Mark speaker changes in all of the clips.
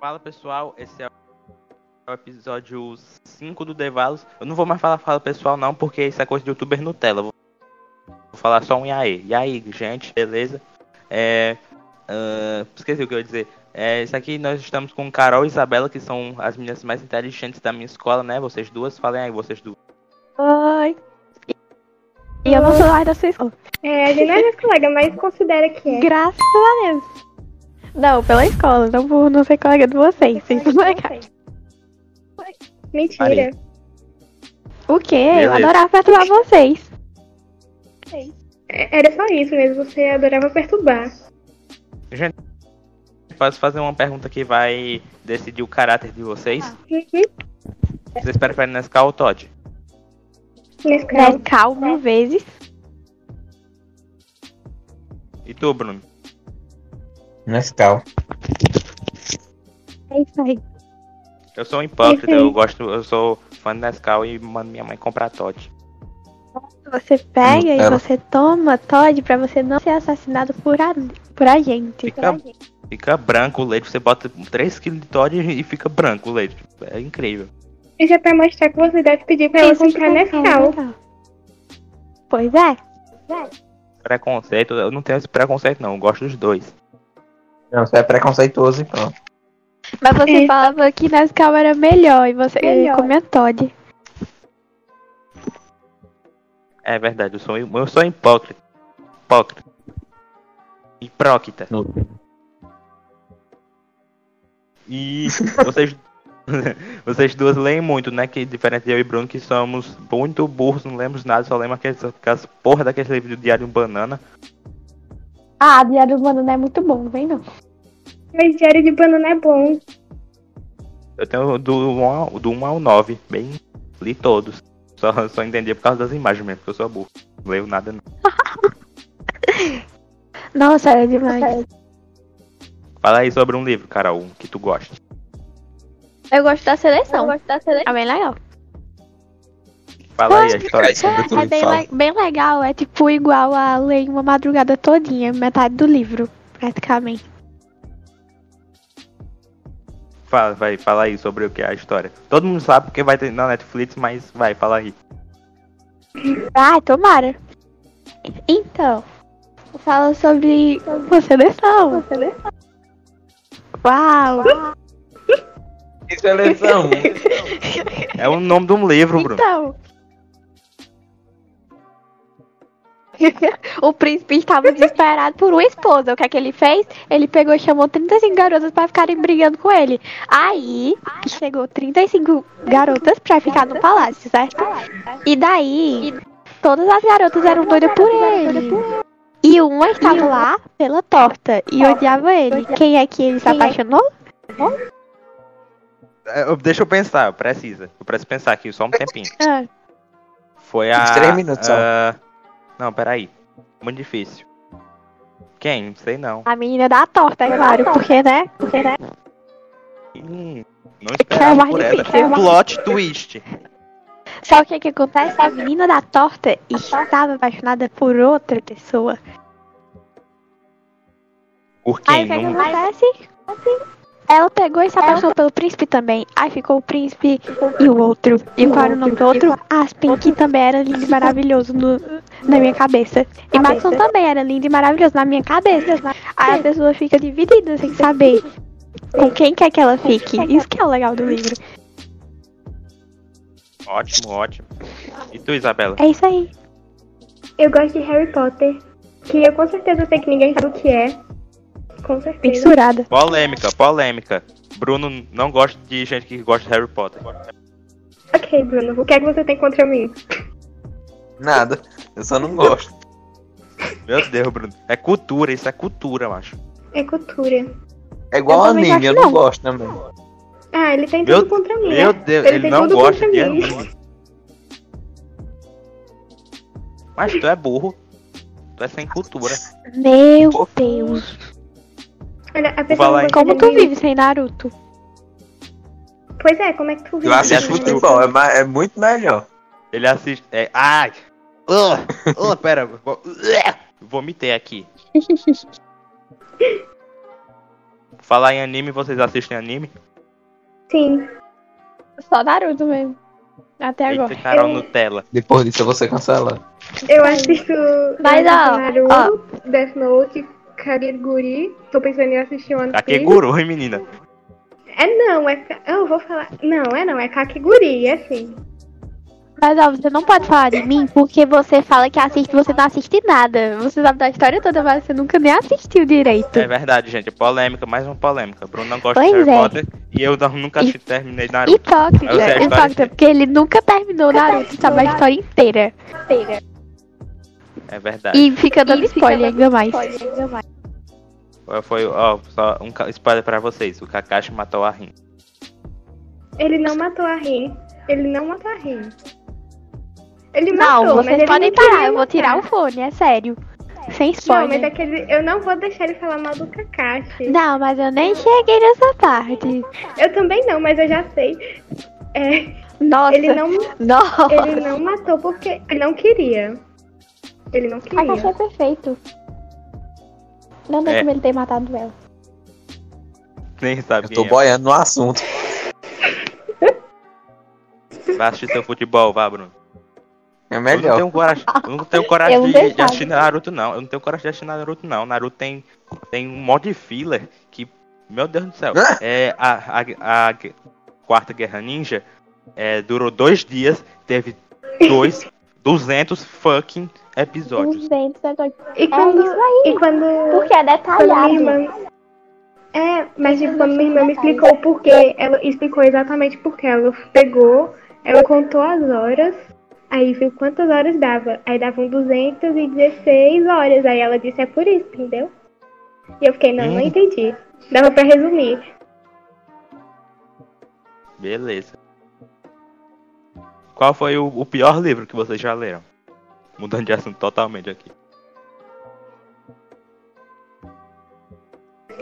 Speaker 1: Fala pessoal, esse é o episódio 5 do Devalos. Eu não vou mais falar fala pessoal não, porque isso é coisa de youtuber Nutella. Vou vou falar só um e aí. E aí, gente, beleza? É, ah, esqueci o que eu ia dizer. É, isso aqui nós estamos com Carol e Isabela, que são as meninas mais inteligentes da minha escola, né? Vocês duas, falem aí, vocês duas.
Speaker 2: Oi. E eu não sou mais da sua escola.
Speaker 3: É, ele não é minha colega, mas considera que é.
Speaker 2: Graças a Deus. Não, pela escola, não por não ser colega de vocês. Vocês são legais.
Speaker 3: Mentira.
Speaker 1: Parei.
Speaker 2: O quê? Eu
Speaker 1: Beleza.
Speaker 2: adorava perturbar vocês.
Speaker 3: É- Era só isso mesmo, você adorava perturbar.
Speaker 1: Posso fazer uma pergunta que vai decidir o caráter de vocês?
Speaker 3: Uhum.
Speaker 1: Vocês preferem Nescau ou Todd?
Speaker 3: Nesse caso,
Speaker 2: Né? Cal mil vezes.
Speaker 1: E tu, Bruno?
Speaker 4: Nescau.
Speaker 2: É isso aí.
Speaker 1: Eu sou um hipócrita,
Speaker 3: Uhum.
Speaker 1: eu gosto, eu sou fã de Nescau e mando minha mãe comprar Todd.
Speaker 2: Você pega e
Speaker 4: Nutella.
Speaker 2: você toma Todd pra você não ser assassinado por a, por a gente.
Speaker 1: Fica, fica branco o leite, você bota 3kg de Todd e fica branco o leite. É incrível.
Speaker 3: isso é pra mostrar que você deve pedir pra ela
Speaker 2: Pensa
Speaker 3: comprar
Speaker 2: que legal,
Speaker 3: Nescau.
Speaker 2: legal. Pois é.
Speaker 1: Preconceito, eu não tenho esse preconceito não, eu gosto dos dois.
Speaker 4: Não, você é preconceituoso e pronto.
Speaker 2: Mas você
Speaker 3: Isso.
Speaker 2: falava que Nescau era melhor e você
Speaker 3: Melhor.
Speaker 2: comia Todd.
Speaker 1: É verdade, eu sou, eu sou hipócrita. Hipócrita. Hiprócrita.
Speaker 4: No-
Speaker 1: E vocês. vocês duas leem muito, né? Que diferente de eu e Bruno, que somos muito burros, não lemos nada, só lemos aquelas, aquelas porra daqueles livros do Diário um Banana.
Speaker 2: Ah, Diário do Banana é muito bom, não vem não.
Speaker 3: Mas diário de banana é bom.
Speaker 1: Eu tenho do 1 ao, do 1 ao 9, bem. Li todos. Só, só entendi por causa das imagens mesmo, porque eu sou burro. Não leio nada, não.
Speaker 2: Nossa, é era demais.
Speaker 1: Fala aí sobre um livro, Carol, um que tu gosta.
Speaker 2: Eu gosto da seleção.
Speaker 5: Eu gosto da seleção.
Speaker 2: É bem legal.
Speaker 1: Fala aí a história.
Speaker 4: Isso é do
Speaker 2: É
Speaker 4: Felipe,
Speaker 2: bem,
Speaker 4: fala.
Speaker 2: le- bem legal, é tipo igual a ler uma madrugada todinha, metade do livro, praticamente.
Speaker 1: Fala, vai, fala aí sobre o que é a história. Todo mundo sabe porque vai ter na Netflix, mas vai, fala aí.
Speaker 2: Ah, tomara. Então, fala sobre uma seleção. Uau!
Speaker 4: Que seleção!
Speaker 1: É o nome de um livro, Bruno.
Speaker 2: Então. o príncipe estava desesperado por uma esposa. O que é que ele fez? Ele pegou e chamou 35 garotas para ficarem brigando com ele. Aí, chegou 35 garotas para ficar no palácio, certo? E daí, todas as garotas eram doidas por ele. E uma estava lá pela torta e odiava ele. Quem é que ele se apaixonou?
Speaker 1: É, eu- Deixa eu pensar, precisa. Eu preciso pensar aqui, só um tempinho.
Speaker 2: Ah,
Speaker 1: Foi a.
Speaker 4: Três minutos só.
Speaker 1: ah, Não, peraí. Muito difícil. Quem? Sei não.
Speaker 2: a menina da torta, é claro. Porque, né?
Speaker 1: Hum, não
Speaker 2: É
Speaker 1: esperava
Speaker 2: mais
Speaker 1: por ela.
Speaker 2: difícil, é mais
Speaker 1: Plot twist.
Speaker 2: Só o que que acontece? A menina da torta estava apaixonada por outra pessoa.
Speaker 1: Por quem?
Speaker 2: Aí o que, é que
Speaker 1: Não-
Speaker 2: acontece? Ela pegou e se apaixonou pelo príncipe também. Aí ficou o príncipe e o outro. E qual era o nome do outro? Aspen, que também era lindo e maravilhoso no- na minha cabeça. E Maxon também era lindo e maravilhoso na minha cabeça. Aí a pessoa fica dividida sem saber com quem quer que ela fique. Isso que é o legal do livro.
Speaker 1: Ótimo, ótimo. E tu, Isabela?
Speaker 2: É isso aí.
Speaker 3: Eu gosto de Harry Potter, que eu com certeza sei que ninguém sabe o que é. Com certeza.
Speaker 2: Censurada.
Speaker 1: Polêmica, polêmica. Bruno não gosta de gente que gosta de Harry Potter.
Speaker 3: Ok, Bruno, o que é que você tem contra mim?
Speaker 4: Nada. Eu só não gosto.
Speaker 1: Meu Deus, Bruno. É cultura, isso é cultura, macho.
Speaker 3: É cultura.
Speaker 4: É igual
Speaker 2: Eu também
Speaker 4: anime, eu
Speaker 2: gosto,
Speaker 4: não
Speaker 2: não.
Speaker 4: gosto também.
Speaker 3: Ah, ele tem
Speaker 1: Meu-
Speaker 3: tudo contra mim.
Speaker 1: Meu
Speaker 3: né?
Speaker 1: Deus,
Speaker 3: ele
Speaker 1: ele,
Speaker 3: tem
Speaker 1: não
Speaker 3: tudo
Speaker 1: gosta de
Speaker 3: contra mim.
Speaker 1: anime. Mas tu é burro. Tu é sem cultura.
Speaker 2: Meu Deus.
Speaker 3: Olha, a pessoa
Speaker 1: Fala
Speaker 3: não
Speaker 1: aí.
Speaker 3: gosta
Speaker 2: Como
Speaker 3: de
Speaker 2: tu
Speaker 3: anime.
Speaker 2: vive sem Naruto?
Speaker 3: Pois é, como é que tu vive?
Speaker 4: Eu assisto
Speaker 1: Ele é
Speaker 4: futebol, é, ma- é muito melhor.
Speaker 1: Ele assiste. É, ai! Uh, uh, pera. vo- Vomitei aqui. Falar em anime, vocês assistem anime?
Speaker 3: Sim.
Speaker 2: Só Naruto mesmo. Até agora.
Speaker 1: Eita, Carol
Speaker 3: É Eu-
Speaker 1: Nutella.
Speaker 4: Depois disso eu vou ser cancelado.
Speaker 3: Eu assisto
Speaker 2: Mas, ó,
Speaker 3: eu assisto Naruto, Death Note, Kakegurui. Tô pensando em assistir One Piece.
Speaker 1: Kakeguru, hein, menina?
Speaker 3: É não, é... Ka- Eu vou falar... Não, é não, é Kakegurui, é sim.
Speaker 2: Mas ó, você não pode falar de mim porque você fala que assiste e você não assiste nada. Você sabe da história toda, mas você nunca nem assistiu direito.
Speaker 1: É verdade, gente. É polêmica, mais uma polêmica. Bruno não gosta
Speaker 2: Pois
Speaker 1: de Harry
Speaker 2: é.
Speaker 1: Potter e eu não- nunca
Speaker 2: E-
Speaker 1: terminei Naruto. Eu sei a
Speaker 2: Hipócrita,
Speaker 1: história
Speaker 2: hipócrita,
Speaker 1: inteira.
Speaker 2: porque ele nunca terminou Naruto, sabe a história inteira.
Speaker 1: É verdade.
Speaker 2: E fica dando spoiler ainda mais.
Speaker 1: Foi, ó, só um ca- spoiler pra vocês. O Kakashi matou a Rin.
Speaker 3: Ele não matou a Rin. Ele não matou a Rin. Ele matou,
Speaker 2: Não,
Speaker 3: mas
Speaker 2: vocês
Speaker 3: ele tá
Speaker 2: podem
Speaker 3: não queria
Speaker 2: parar, eu vou tirar
Speaker 3: matar.
Speaker 2: o fone, é sério. Sem
Speaker 3: Não, mas
Speaker 2: spoiler.
Speaker 3: é que ele- eu não vou deixar ele falar mal do Kakashi.
Speaker 2: Não, mas eu nem cheguei nessa parte.
Speaker 3: Eu também não, mas eu já sei. É,
Speaker 2: Nossa,
Speaker 3: ele não,
Speaker 2: nossa.
Speaker 3: ele não matou porque ele não queria. Ele não
Speaker 2: A caixa
Speaker 3: queria.
Speaker 2: é perfeito. Não tem
Speaker 1: É.
Speaker 2: como ele ter matado ela.
Speaker 1: Nem é. sabia.
Speaker 4: Eu tô boiando no assunto.
Speaker 1: Vai assistir seu futebol, vá, Bruno.
Speaker 4: É
Speaker 1: Eu não
Speaker 4: melhor.
Speaker 1: tenho coragem, eu não tenho
Speaker 2: Eu não
Speaker 1: coragem de,
Speaker 2: deixava.
Speaker 1: de assistir Naruto, não. Eu não tenho coragem de assistir Naruto, não. Naruto tem, tem um monte de filler que, meu Deus do céu,
Speaker 4: Ah!
Speaker 1: é a, a, a Quarta Guerra Ninja é, durou dois dias, teve dois, 200 fucking episódios.
Speaker 2: 200 episódios.
Speaker 3: E
Speaker 2: É
Speaker 3: quando.
Speaker 2: isso aí.
Speaker 3: e quando.
Speaker 2: Porque é
Speaker 3: quando minha
Speaker 2: detalhado.
Speaker 3: irmã. É, mas tipo,
Speaker 2: Tem
Speaker 3: quando minha irmã me
Speaker 2: detalhes.
Speaker 3: explicou o porquê, ela explicou exatamente porque ela pegou, ela contou as horas, aí viu quantas horas dava. um Aí davam 216 horas. Aí ela disse, é por isso, entendeu? E eu fiquei, não, não
Speaker 1: Hum.
Speaker 3: entendi. Dava pra resumir.
Speaker 1: Beleza. Qual foi o, o pior livro que vocês já leram? Mudando de assunto totalmente aqui.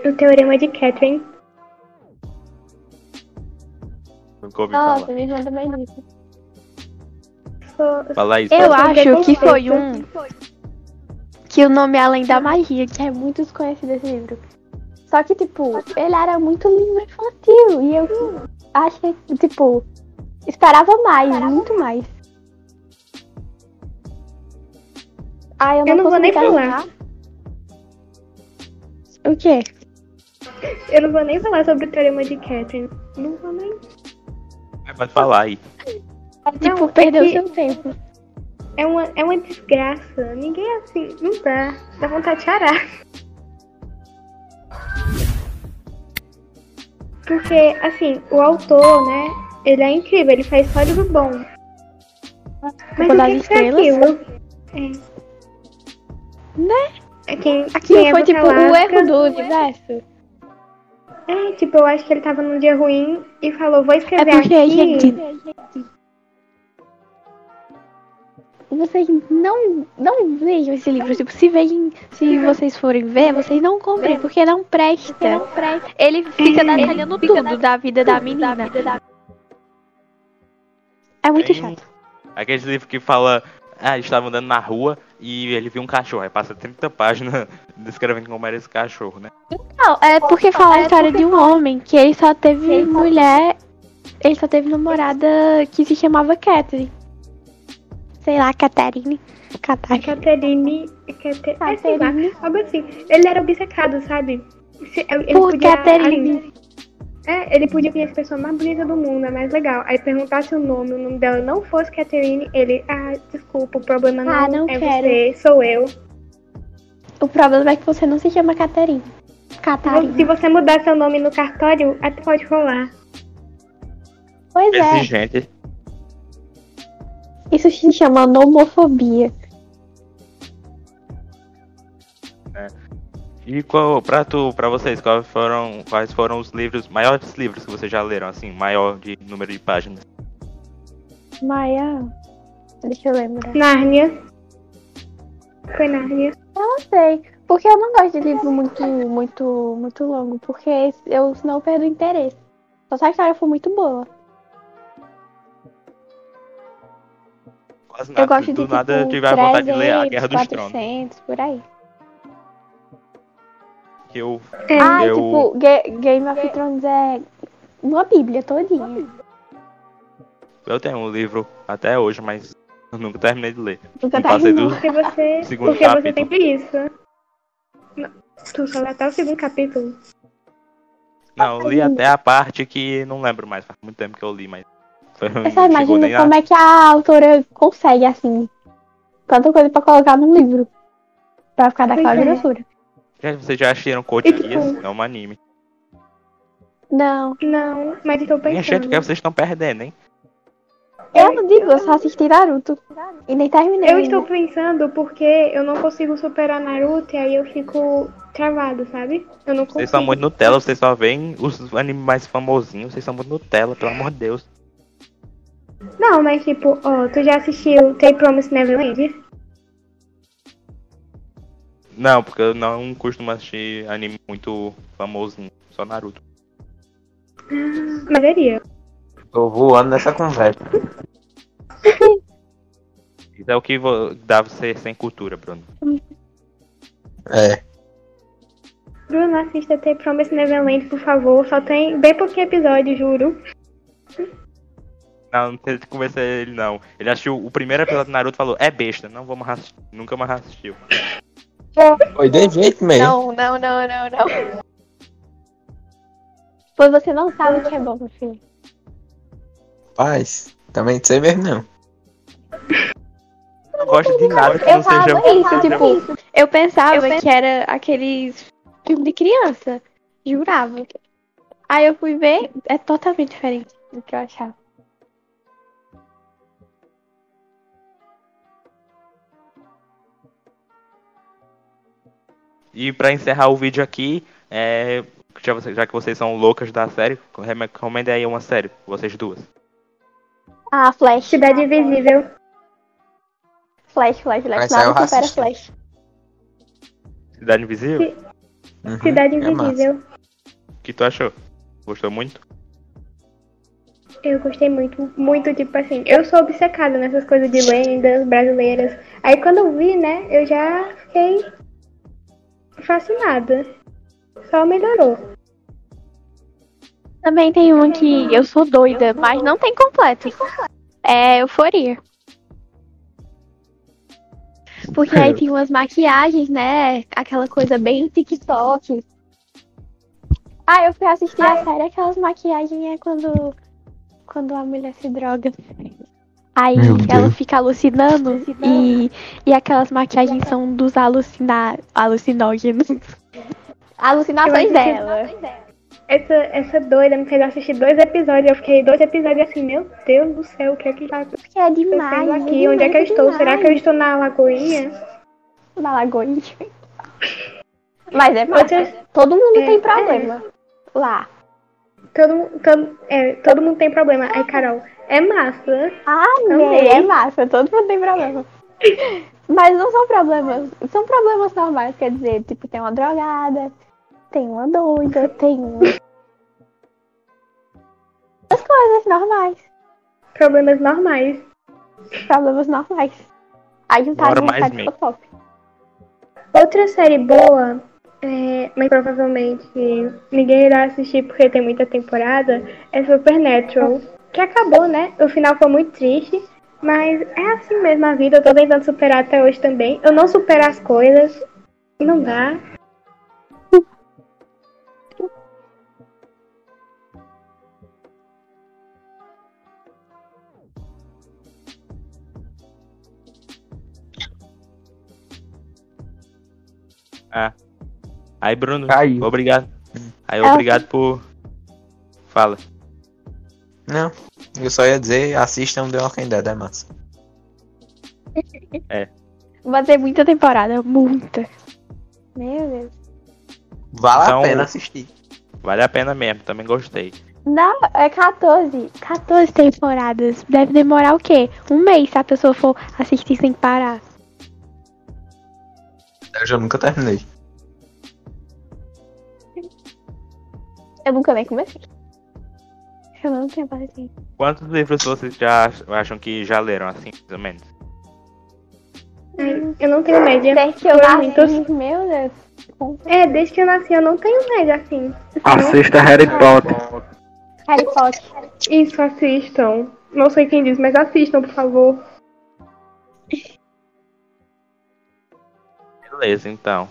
Speaker 3: O Teorema de Catherine.
Speaker 1: Nunca ouvi
Speaker 2: Nossa,
Speaker 1: falar.
Speaker 2: minha irmã também disse.
Speaker 3: Só-
Speaker 1: Fala aí,
Speaker 2: Eu
Speaker 1: Sônia.
Speaker 2: acho que foi um. Que o nome é Além da Magia, que é muito desconhecido esse livro. Só que, tipo, ele era muito livro infantil. E eu achei, que, tipo, esperava mais, muito mais. Ah, eu não,
Speaker 3: Eu não vou
Speaker 2: consegui
Speaker 3: nem
Speaker 2: terminar.
Speaker 3: falar.
Speaker 2: O quê?
Speaker 3: Eu não vou nem falar sobre o Teorema de Catherine. Não vou nem.
Speaker 1: Pode falar aí.
Speaker 2: É, tipo,
Speaker 3: Não, é
Speaker 2: perdeu
Speaker 3: que-
Speaker 2: seu tempo.
Speaker 3: É uma, é uma desgraça. Ninguém é assim. Não dá. Dá vontade de arar. Porque, assim, o autor, né? Ele é incrível. Ele faz só livro bom. Mas
Speaker 2: Culpa Tipo, das
Speaker 3: o que, que é
Speaker 2: Estrelas?
Speaker 3: aquilo?
Speaker 2: Né?
Speaker 3: É quem,
Speaker 2: Aquilo
Speaker 3: quem é
Speaker 2: foi, tipo, o
Speaker 3: Bocalasca-
Speaker 2: erro do universo.
Speaker 3: É, tipo, eu acho que ele tava num dia ruim e falou, vou escrever
Speaker 2: É porque,
Speaker 3: aqui.
Speaker 2: gente. Vocês não, não vejam esse livro. Tipo, se vejam, se vocês forem ver, vocês não comprem, porque não presta. Ele fica detalhando tudo da vida da menina. É muito
Speaker 1: Tem
Speaker 2: chato.
Speaker 1: Aquele livro que fala, ah, eles estavam andando na rua e ele viu um cachorro. Aí passa 30 páginas descrevendo como era esse cachorro, né?
Speaker 2: Não, é porque fala a história de um homem que ele só teve mulher. Ele só teve namorada que se chamava Catherine. Sei lá, Catherine. Catherine.
Speaker 3: Catherine. Cate- é, sei lá,
Speaker 2: Catherine.
Speaker 3: Algo assim. Ele era obcecado, sabe? Se- Ele
Speaker 2: Por
Speaker 3: podia,
Speaker 2: Catherine.
Speaker 3: É, ele podia conhecer a pessoa mais bonita do mundo, a mais legal. Aí perguntasse o nome, o nome dela não fosse Catherine, ele, ah, desculpa, o problema não,
Speaker 2: Ah, não
Speaker 3: é
Speaker 2: quero.
Speaker 3: você, sou eu.
Speaker 2: O problema é que você não se chama Catherine. Catarina.
Speaker 3: Se você mudar seu nome no cartório, até pode rolar.
Speaker 2: Pois é.
Speaker 1: Exigente.
Speaker 2: Isso se chama nomofobia.
Speaker 1: E qual, pra tu, pra vocês, quais foram, quais foram os livros, maiores livros que vocês já leram, assim, maior de número de páginas?
Speaker 2: Maia. Deixa eu lembrar.
Speaker 3: Nárnia. Foi Nárnia.
Speaker 2: Não sei. Porque eu não gosto de livro muito, muito, muito longo. Porque eu senão eu perdo o interesse. Só se a história for muito boa.
Speaker 1: Quase nada.
Speaker 2: Eu gosto de
Speaker 1: do
Speaker 2: tipo,
Speaker 1: nada eu tive a vontade de ler A
Speaker 2: 300,
Speaker 1: Guerra dos Tronos.
Speaker 2: 400, por aí.
Speaker 1: que eu.
Speaker 3: É,
Speaker 2: Ah,
Speaker 1: Eu-
Speaker 2: tipo, Ga- Game of Thrones é uma bíblia todinha.
Speaker 1: Eu tenho um livro até hoje, mas eu nunca terminei de ler.
Speaker 2: Nunca
Speaker 1: Não passei
Speaker 2: terminou.
Speaker 1: do-
Speaker 3: Porque você,
Speaker 1: Segundo
Speaker 3: porque você
Speaker 1: capítulo.
Speaker 3: tem preguiça. Não, Tu só lê até o segundo capítulo.
Speaker 1: Não, eu li até a parte que não lembro mais, faz muito tempo que eu li, mas. Foi,
Speaker 2: Eu
Speaker 1: não
Speaker 2: só
Speaker 1: chegou
Speaker 2: imagino
Speaker 1: nem
Speaker 2: como
Speaker 1: lá.
Speaker 2: é que a autora consegue, assim, tanta coisa pra colocar no livro. Pra ficar daquela
Speaker 3: Pois é.
Speaker 2: grossura.
Speaker 1: Gente, vocês já assistiram Code
Speaker 3: E tipo-
Speaker 1: Geass? É um anime.
Speaker 2: Não.
Speaker 3: Não, mas estou
Speaker 1: Minha gente,
Speaker 3: pensando.
Speaker 1: o que vocês estão perdendo, hein?
Speaker 2: Eu não digo, eu só assisti Naruto. E nem terminei.
Speaker 3: Eu
Speaker 2: ainda.
Speaker 3: estou pensando porque eu não consigo superar Naruto e aí eu fico travado, sabe? Eu não consigo.
Speaker 1: Vocês são muito Nutella, vocês só veem os animes mais famosinhos, vocês são muito Nutella, pelo amor de Deus.
Speaker 3: Não, mas tipo, ó, tu já assistiu They Promise Neverland?
Speaker 1: Não, porque eu não costumo assistir anime muito famosinho, só Naruto.
Speaker 3: Mas deveria.
Speaker 4: Tô voando nessa conversa.
Speaker 1: Isso é o que vo- dá você sem cultura, Bruno.
Speaker 4: É.
Speaker 3: Bruno, assista They Promise Neverland, por favor. Só tem bem pouquinho episódio, juro.
Speaker 1: Não, não precisa convencer ele, não. Ele achou o primeiro episódio do Naruto e falou, é besta, não vou mais assistir. Nunca mais assistiu.
Speaker 4: Foi de jeito mesmo.
Speaker 2: Não, não, não, não, não. Pois você não sabe o que é bom, meu filho.
Speaker 4: Paz. Também não sei mesmo, não.
Speaker 1: Não gosto de nada que
Speaker 2: Eu
Speaker 1: não seja...
Speaker 2: falava isso, tipo, eu pensava que era aqueles filmes de criança. Jurava. Aí eu fui ver, é totalmente diferente do que eu achava.
Speaker 1: E pra encerrar o vídeo aqui, é, já, você- já que vocês são loucas da série, recomendem aí uma série, vocês duas.
Speaker 2: Ah, Flash.
Speaker 3: Cidade
Speaker 4: tá.
Speaker 3: Invisível.
Speaker 2: Flash, Flash, Flash.
Speaker 4: Mas aí eu
Speaker 2: Nada supera
Speaker 4: assisti.
Speaker 2: Flash.
Speaker 1: Cidade Invisível?
Speaker 4: Uhum,
Speaker 3: Cidade
Speaker 4: é massa.
Speaker 3: Invisível.
Speaker 1: O que tu achou? Gostou muito?
Speaker 3: Eu gostei muito, muito, tipo assim, eu sou obcecada nessas coisas de lendas brasileiras. Aí quando eu vi, né, eu já fiquei fascinada. Só melhorou.
Speaker 2: Também tem uma que eu sou doida, mas não tem completo. É euforia. Porque aí tem umas maquiagens, né? Aquela coisa bem TikTok. Ah, eu fui assistir a série, aquelas maquiagens é quando, quando a mulher se droga. Aí
Speaker 4: Meu
Speaker 2: ela
Speaker 4: Deus.
Speaker 2: fica alucinando, E, e aquelas maquiagens são dos alucina, alucinógenos. Alucinações
Speaker 3: Eu assisti-
Speaker 2: dela.
Speaker 3: Essa, essa doida me fez assistir dois episódios. Eu fiquei dois episódios assim, meu Deus do céu, o que é que tá acontecendo
Speaker 2: Porque é demais.
Speaker 3: aqui? Onde é que eu estou? Será que eu estou na lagoinha?
Speaker 2: eu. Na lagoinha. Mas é massa.
Speaker 3: Outras-
Speaker 2: Todo mundo
Speaker 3: É,
Speaker 2: tem problema. Lá.
Speaker 3: Todo, mu- todo, é, todo mundo tem problema. Aí, Carol, é massa.
Speaker 2: Ah, não.
Speaker 3: Também.
Speaker 2: É massa. Todo mundo tem problema. Mas não são problemas. São problemas normais. Quer dizer, tipo, tem uma drogada, tem uma doida, tem. um As coisas normais.
Speaker 3: Problemas normais.
Speaker 2: Problemas normais. Aí juntaram
Speaker 1: Normais
Speaker 2: um
Speaker 1: mesmo.
Speaker 2: pop.
Speaker 3: Outra série boa, é, mas provavelmente ninguém irá assistir porque tem muita temporada, é Supernatural. Que acabou, né? O final foi muito triste, mas é assim mesmo a vida. Eu tô tentando superar até hoje também. Eu não supero as coisas, não dá.
Speaker 1: Aí, Bruno,
Speaker 4: Caiu.
Speaker 1: obrigado. Aí,
Speaker 2: Ah,
Speaker 1: obrigado por... Fala.
Speaker 4: Não. Eu só ia dizer, assistam The Walking Dead, é massa.
Speaker 2: Mas é muita temporada. Muita. Meu Deus.
Speaker 4: Vale
Speaker 1: Então-
Speaker 4: a pena assistir.
Speaker 1: Vale a pena mesmo, também gostei.
Speaker 2: Não, é 14. 14 temporadas. Deve demorar o quê? Um mês se a pessoa for assistir sem parar.
Speaker 4: Eu já nunca terminei.
Speaker 2: Eu nunca nem comecei. Eu não tenho paciência.
Speaker 1: Quantos livros vocês já ach- acham que já leram, assim, mais ou menos?
Speaker 3: Ai, Eu não tenho média.
Speaker 2: Desde que eu
Speaker 3: Foram muitos.
Speaker 2: nasci, meu Deus.
Speaker 3: É, desde que eu nasci eu não tenho mais assim.
Speaker 5: Assista Harry Potter.
Speaker 6: Harry Potter.
Speaker 3: Isso, assistam. Não sei quem diz, mas assistam, por favor.
Speaker 1: Beleza, então.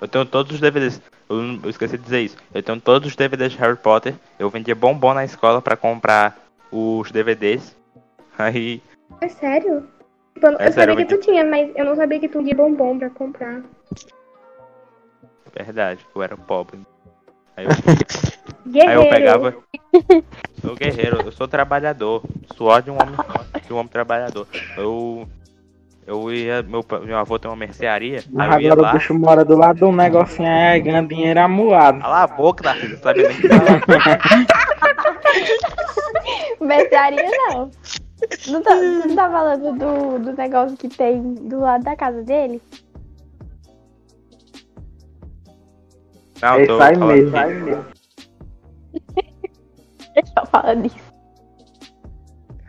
Speaker 1: Eu tenho todos os DVDs. Eu, não- eu esqueci de dizer isso. Eu tenho todos os DVDs de Harry Potter. Eu vendia bombom na escola pra comprar os DVDs. Aí.
Speaker 3: É sério? Tipo, eu
Speaker 1: É
Speaker 3: eu
Speaker 1: sério,
Speaker 3: sabia que tu tinha, mas eu não sabia que tu tinha bombom pra comprar.
Speaker 1: Verdade, eu era pobre. Aí eu, aí
Speaker 3: Guerreiro.
Speaker 1: eu pegava. Sou guerreiro, eu sou trabalhador. Suor de um homem, de um homem trabalhador. Eu. Eu ia. Meu, pa- meu avô tem uma mercearia. Aí eu ia
Speaker 5: Agora o
Speaker 1: lá.
Speaker 5: bicho mora do lado de um negocinho aí, ganha dinheiro amuado.
Speaker 1: Cala a boca, Narcisa, sabe nem o que falar.
Speaker 2: Mercearia não. Não tá, tu não tá falando do, do negócio que tem do lado da casa dele?
Speaker 1: Não,
Speaker 5: Ele
Speaker 1: Ah, tô
Speaker 5: sai
Speaker 1: falando
Speaker 5: mesmo.
Speaker 1: aqui.
Speaker 5: sai mesmo.
Speaker 2: Deixa eu falar disso.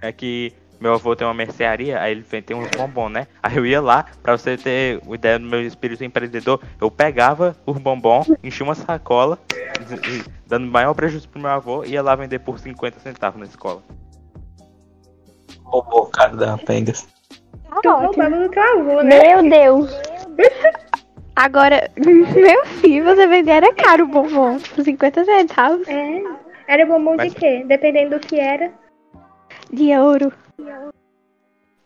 Speaker 1: É que meu avô tem uma mercearia, aí ele vem- tem uns bombons, né? Aí eu ia lá, pra você ter uma ideia do meu espírito empreendedor, eu pegava os bombons, enchia uma sacola, e- e dando maior prejuízo pro meu avô, ia lá vender por 50 centavos na escola.
Speaker 4: Roubou o cara da Pengas.
Speaker 3: Tu
Speaker 2: Tá ótimo.
Speaker 3: roubava do teu avô, né?
Speaker 2: Meu Deus. Agora, meu filho, você vendia era caro o bombom, tipo 50 centavos
Speaker 3: É. Era bombom
Speaker 1: Mas-
Speaker 3: de quê? Dependendo do que era.
Speaker 2: de ouro.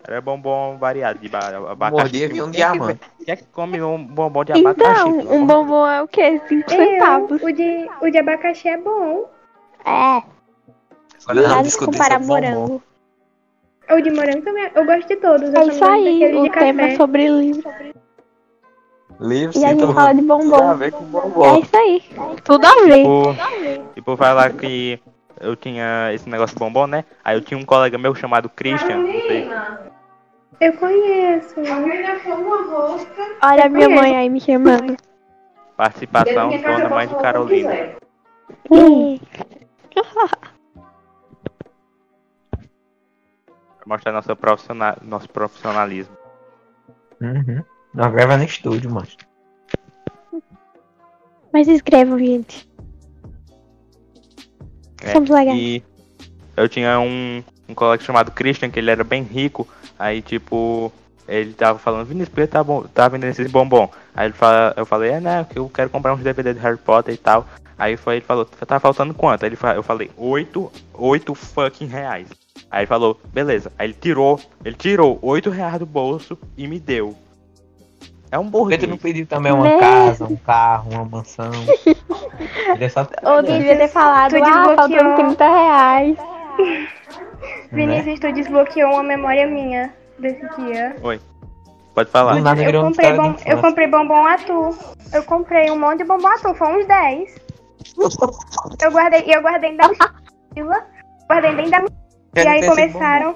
Speaker 1: Era bombom variado, de ba- abacaxi.
Speaker 4: Mordia vinha um diamante.
Speaker 1: Quem é que come um bombom de
Speaker 4: Tá
Speaker 1: abacaxi?
Speaker 2: Então, um bombom é o quê? 5 centavos.
Speaker 3: Eu, Ah, o, de, o de abacaxi é bom.
Speaker 2: É,
Speaker 4: Olha,
Speaker 2: nada
Speaker 4: não
Speaker 2: de
Speaker 4: discutir
Speaker 2: comparar
Speaker 4: sobre bombom.
Speaker 2: morango.
Speaker 3: O de morango também. é- Eu gosto de todos.
Speaker 2: É
Speaker 3: Eu só
Speaker 2: isso
Speaker 3: não gosto
Speaker 2: aí,
Speaker 3: daquele
Speaker 2: o
Speaker 3: de café.
Speaker 2: tema é sobre livro.
Speaker 4: Livro
Speaker 2: E a
Speaker 4: sem
Speaker 2: gente
Speaker 4: bombom.
Speaker 2: fala de
Speaker 4: Tem a
Speaker 2: bombom.
Speaker 4: ver
Speaker 2: É
Speaker 4: com bombom.
Speaker 2: isso aí. Tudo a ver.
Speaker 1: Tipo, tipo, falar que eu tinha esse negócio de bombom, né? Aí eu tinha um colega meu chamado Christian, não sei.
Speaker 3: Eu conheço.
Speaker 2: Olha a minha mãe aí me chamando.
Speaker 1: participação dona mãe de Carolina.
Speaker 3: Hum.
Speaker 2: Ih,
Speaker 1: Pra mostrar nossa professiona- nosso profissionalismo.
Speaker 4: Uhum. Nós grava no estúdio, mano.
Speaker 2: Mas escrevam, gente.
Speaker 1: É,
Speaker 2: Somos legais.
Speaker 1: E eu tinha um, um colega chamado Christian, que ele era bem rico. Aí, tipo, ele tava falando, Vinícius, por que tá, bom, tá vendendo esses bombom? Aí ele fala, eu falei, é, né, que eu quero comprar uns DVD de Harry Potter e tal. Aí foi, ele falou, tá faltando quanto? Aí ele, fa- eu falei, oito, oito fucking reais. Aí ele falou, beleza. Aí ele tirou, ele tirou oito reais do bolso e me deu. É um
Speaker 4: Por que tu não
Speaker 1: burguês.
Speaker 4: pediu também uma
Speaker 2: Né?
Speaker 4: casa, um carro, uma mansão? Ele é só-
Speaker 2: Ou devia ter falado,
Speaker 3: Tu
Speaker 2: ah,
Speaker 3: desbloqueou.
Speaker 2: faltando 30 reais.
Speaker 4: né?
Speaker 3: Vinícius, tu desbloqueou uma memória minha desse dia.
Speaker 1: Pode
Speaker 4: Do
Speaker 1: falar.
Speaker 4: nada
Speaker 3: Eu
Speaker 4: virou um
Speaker 3: comprei,
Speaker 4: cara
Speaker 3: bom,
Speaker 4: de
Speaker 3: eu comprei bombom a tu. Eu comprei um monte de bombom a tu, foi uns 10. Eu guardei, e eu guardei ainda na mochila. Guardei dentro da mochila. E aí
Speaker 1: né?
Speaker 3: começaram,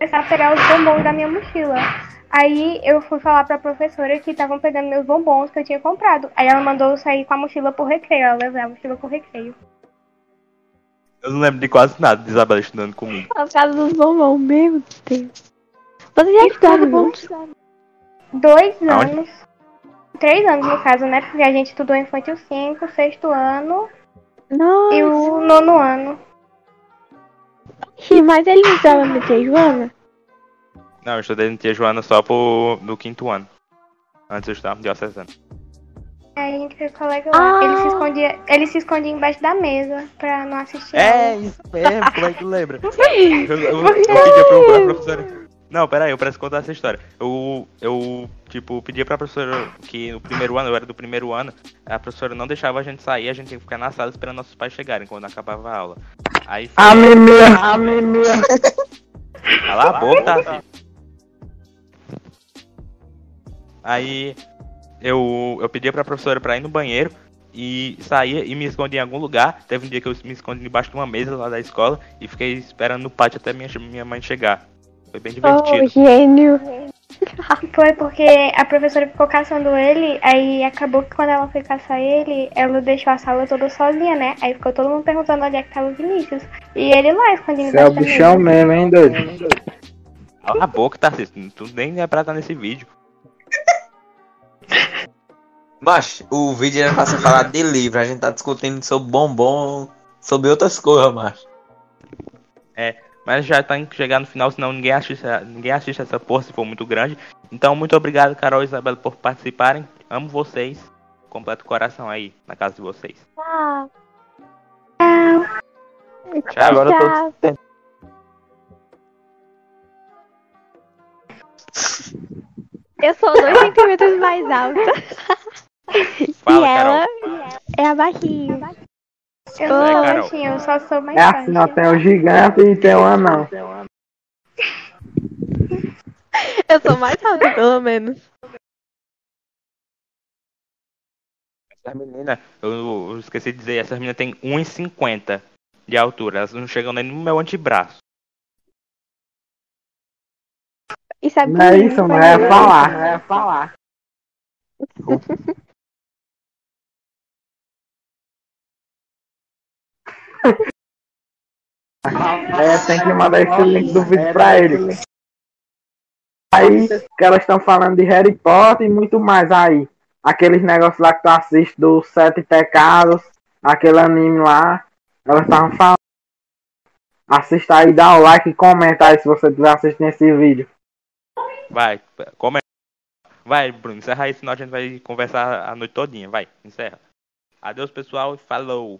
Speaker 3: começaram a pegar os bombons da minha mochila. Aí eu fui falar pra professora que estavam pegando meus bombons que eu tinha comprado. Aí ela mandou eu sair com a mochila pro recreio, ela levar a mochila pro recreio.
Speaker 1: Eu não lembro de quase nada de Isabela estudando um. comigo.
Speaker 2: Por causa dos bombons, meu Deus. Você já estudaram juntos?
Speaker 3: Dois
Speaker 1: Aonde?
Speaker 3: anos. Três anos, no caso, né? Porque a gente estudou infantil 5, sexto ano e
Speaker 2: Não.
Speaker 3: o nono ano.
Speaker 2: Mas ele não estava no Tia Joana?
Speaker 1: Não, eu estudei no Tia Joana só pro, no quinto ano. Antes eu estudava no diocesano.
Speaker 3: Aí a gente fez colega lá.
Speaker 2: Ah.
Speaker 3: Ele, se escondia, ele se escondia embaixo da mesa pra não assistir.
Speaker 1: É, isso mesmo, como é que lembra? Eu, eu, eu pedia pro, pra professora... Não, peraí, eu preciso contar essa história. Eu, eu, tipo, pedia pra professora que no primeiro ano, eu era do primeiro ano, a professora não deixava a gente sair, a gente tinha que ficar na sala esperando nossos pais chegarem quando acabava a aula. Aí foi...
Speaker 5: Amém, meu, amém, meu.
Speaker 1: Cala a boca, filho. Aí eu, eu pedia pra professora pra ir no banheiro e saía e me escondia em algum lugar. Teve um dia que eu me escondi debaixo de uma mesa lá da escola e fiquei esperando no pátio até minha, minha mãe chegar. Foi bem
Speaker 2: Oh,
Speaker 1: divertido.
Speaker 2: gênio.
Speaker 3: Foi porque a professora ficou caçando ele, aí acabou que quando ela foi caçar ele, ela deixou a sala toda sozinha, né? Aí ficou todo mundo perguntando onde é que tava o Vinícius. E ele lá escondido
Speaker 5: Você é o
Speaker 3: embaixo da mesa.
Speaker 5: bichão mesmo, hein, doido?
Speaker 1: Cala a boca, Tarcísio. Tu nem é pra estar nesse vídeo.
Speaker 4: Mas o vídeo era pra você falar de livro, a gente tá discutindo sobre bombom, sobre outras coisas, macho.
Speaker 1: Mas já tem que chegar no final, senão ninguém assiste, a- ninguém assiste essa porra se for muito grande. Então, muito obrigado, Carol e Isabela, por participarem. Amo vocês. Completo coração aí, na casa de vocês.
Speaker 2: Tchau.
Speaker 1: Tchau.
Speaker 4: É, Agora eu tô-
Speaker 2: Tchau. Eu sou dois centímetros mais alta.
Speaker 1: Fala, Carol.
Speaker 2: e ela é a barrinha.
Speaker 3: Eu
Speaker 2: Ô,
Speaker 3: não sou
Speaker 1: Carol.
Speaker 3: baixinha, eu só sou mais
Speaker 5: É assim, ó,
Speaker 3: baixa.
Speaker 5: tem o gigante e tem o anão.
Speaker 2: Eu sou mais alta, pelo menos.
Speaker 1: Essa menina, eu, eu esqueci de dizer, essa menina tem 1,50 de altura. Elas não chegam nem no meu antebraço.
Speaker 2: Isso é
Speaker 5: Não é isso, não é
Speaker 2: bonito.
Speaker 5: falar. Não é falar. É, tem que mandar esse link do vídeo pra ele. Aí, que elas estão falando de Harry Potter e muito mais aí. Aqueles negócios lá que tu assiste dos Sete Pecados, aquele anime lá. Elas estavam falando. Assista aí, dá o like e comenta aí se você estiver assistindo esse vídeo.
Speaker 1: Vai, como é? Vai, Bruno, encerra aí, senão a gente vai conversar a noite todinha. Vai, encerra. Adeus, pessoal, e falou.